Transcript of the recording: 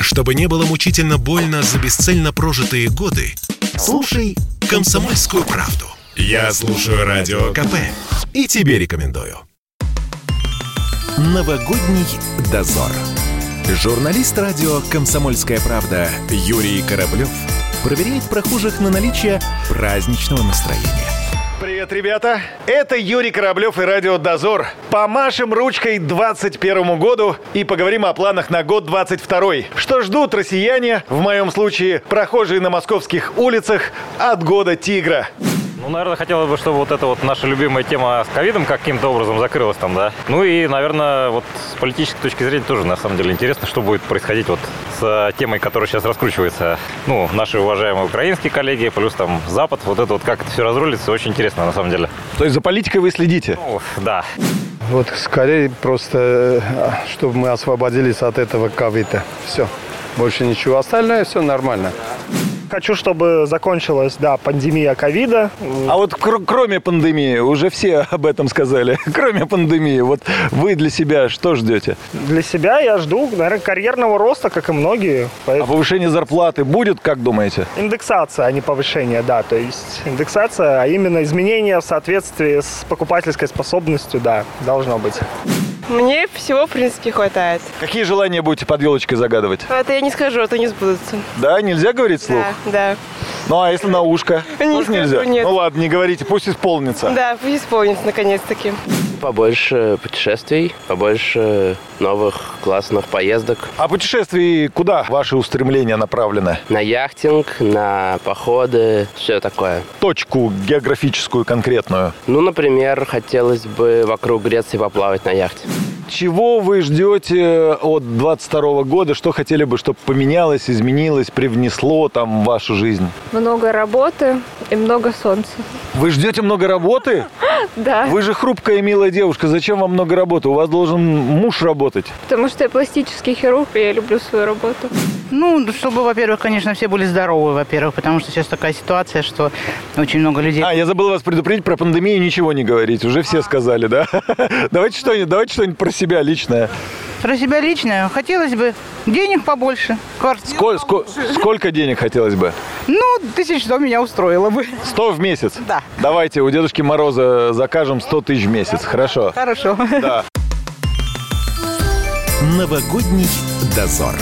Чтобы не было мучительно больно за бесцельно прожитые годы, слушай «Комсомольскую правду». Я слушаю Радио КП и тебе рекомендую. Новогодний дозор. Журналист радио «Комсомольская правда» Юрий Кораблев проверяет прохожих на наличие праздничного настроения. Привет, ребята! Это Юрий Кораблев и Радио Дозор. Помашем ручкой 21 году и поговорим о планах на год 22 Что ждут россияне, в моем случае прохожие на московских улицах, от года тигра? Ну, наверное, хотелось бы, чтобы вот эта вот наша любимая тема с ковидом каким-то образом закрылась там, да. Ну и, наверное, вот с политической точки зрения тоже, на самом деле, интересно, что будет происходить вот с э, темой, которая сейчас раскручивается. Ну, наши уважаемые украинские коллеги, плюс там Запад, вот это вот как это все разрулится, очень интересно, на самом деле. То есть за политикой вы следите? Ну, да. Вот скорее просто, э, чтобы мы освободились от этого ковида. Все. Больше ничего. Остальное все нормально. Хочу, чтобы закончилась, да, пандемия ковида. А вот кр- кроме пандемии, уже все об этом сказали, кроме пандемии, вот вы для себя что ждете? Для себя я жду, наверное, карьерного роста, как и многие. А Поэтому повышение зарплаты будет, как думаете? индексация, а не повышение, да. То есть индексация, а именно изменение в соответствии с покупательской способностью, да, должно быть. Мне всего, в принципе, хватает. Какие желания будете под елочкой загадывать? Это я не скажу, это не сбудутся. Да, нельзя говорить слух? Да, Ну, а если на ушко? Не Тоже скажу, нельзя? нет. Ну, ладно, не говорите, пусть исполнится. да. Да, пусть исполнится наконец-таки. Побольше путешествий, побольше новых классных поездок А путешествий куда ваши устремления направлены? на яхтинг, на походы, все такое. Точку географическую конкретную. Ну, например, хотелось бы вокруг Греции поплавать на яхте. Чего вы ждете от 22 года? Что хотели бы, чтобы поменялось, изменилось, привнесло там в вашу жизнь? Много работы и много солнца. Вы ждете много работы? Да, Вы же хрупкая милая девушка. Зачем вам много работы? У вас должен муж работать. потому что я пластический хирург, и я люблю свою работу. Ну, чтобы, во-первых, конечно, все были здоровы, во-первых, потому что сейчас такая ситуация, что очень много людей. А, я забыл вас предупредить про пандемию, ничего не говорить. Уже все сказали, да? Давайте что-нибудь, давайте что-нибудь про себя личное. Про себя лично хотелось бы денег побольше, квартир. Сколь- ско- сколько денег хотелось бы? Ну, тысяч сто меня устроило бы. 100 в месяц? Да. Давайте у Дедушки Мороза закажем 100 тысяч в месяц. Хорошо. Хорошо. Да. Новогодний дозор.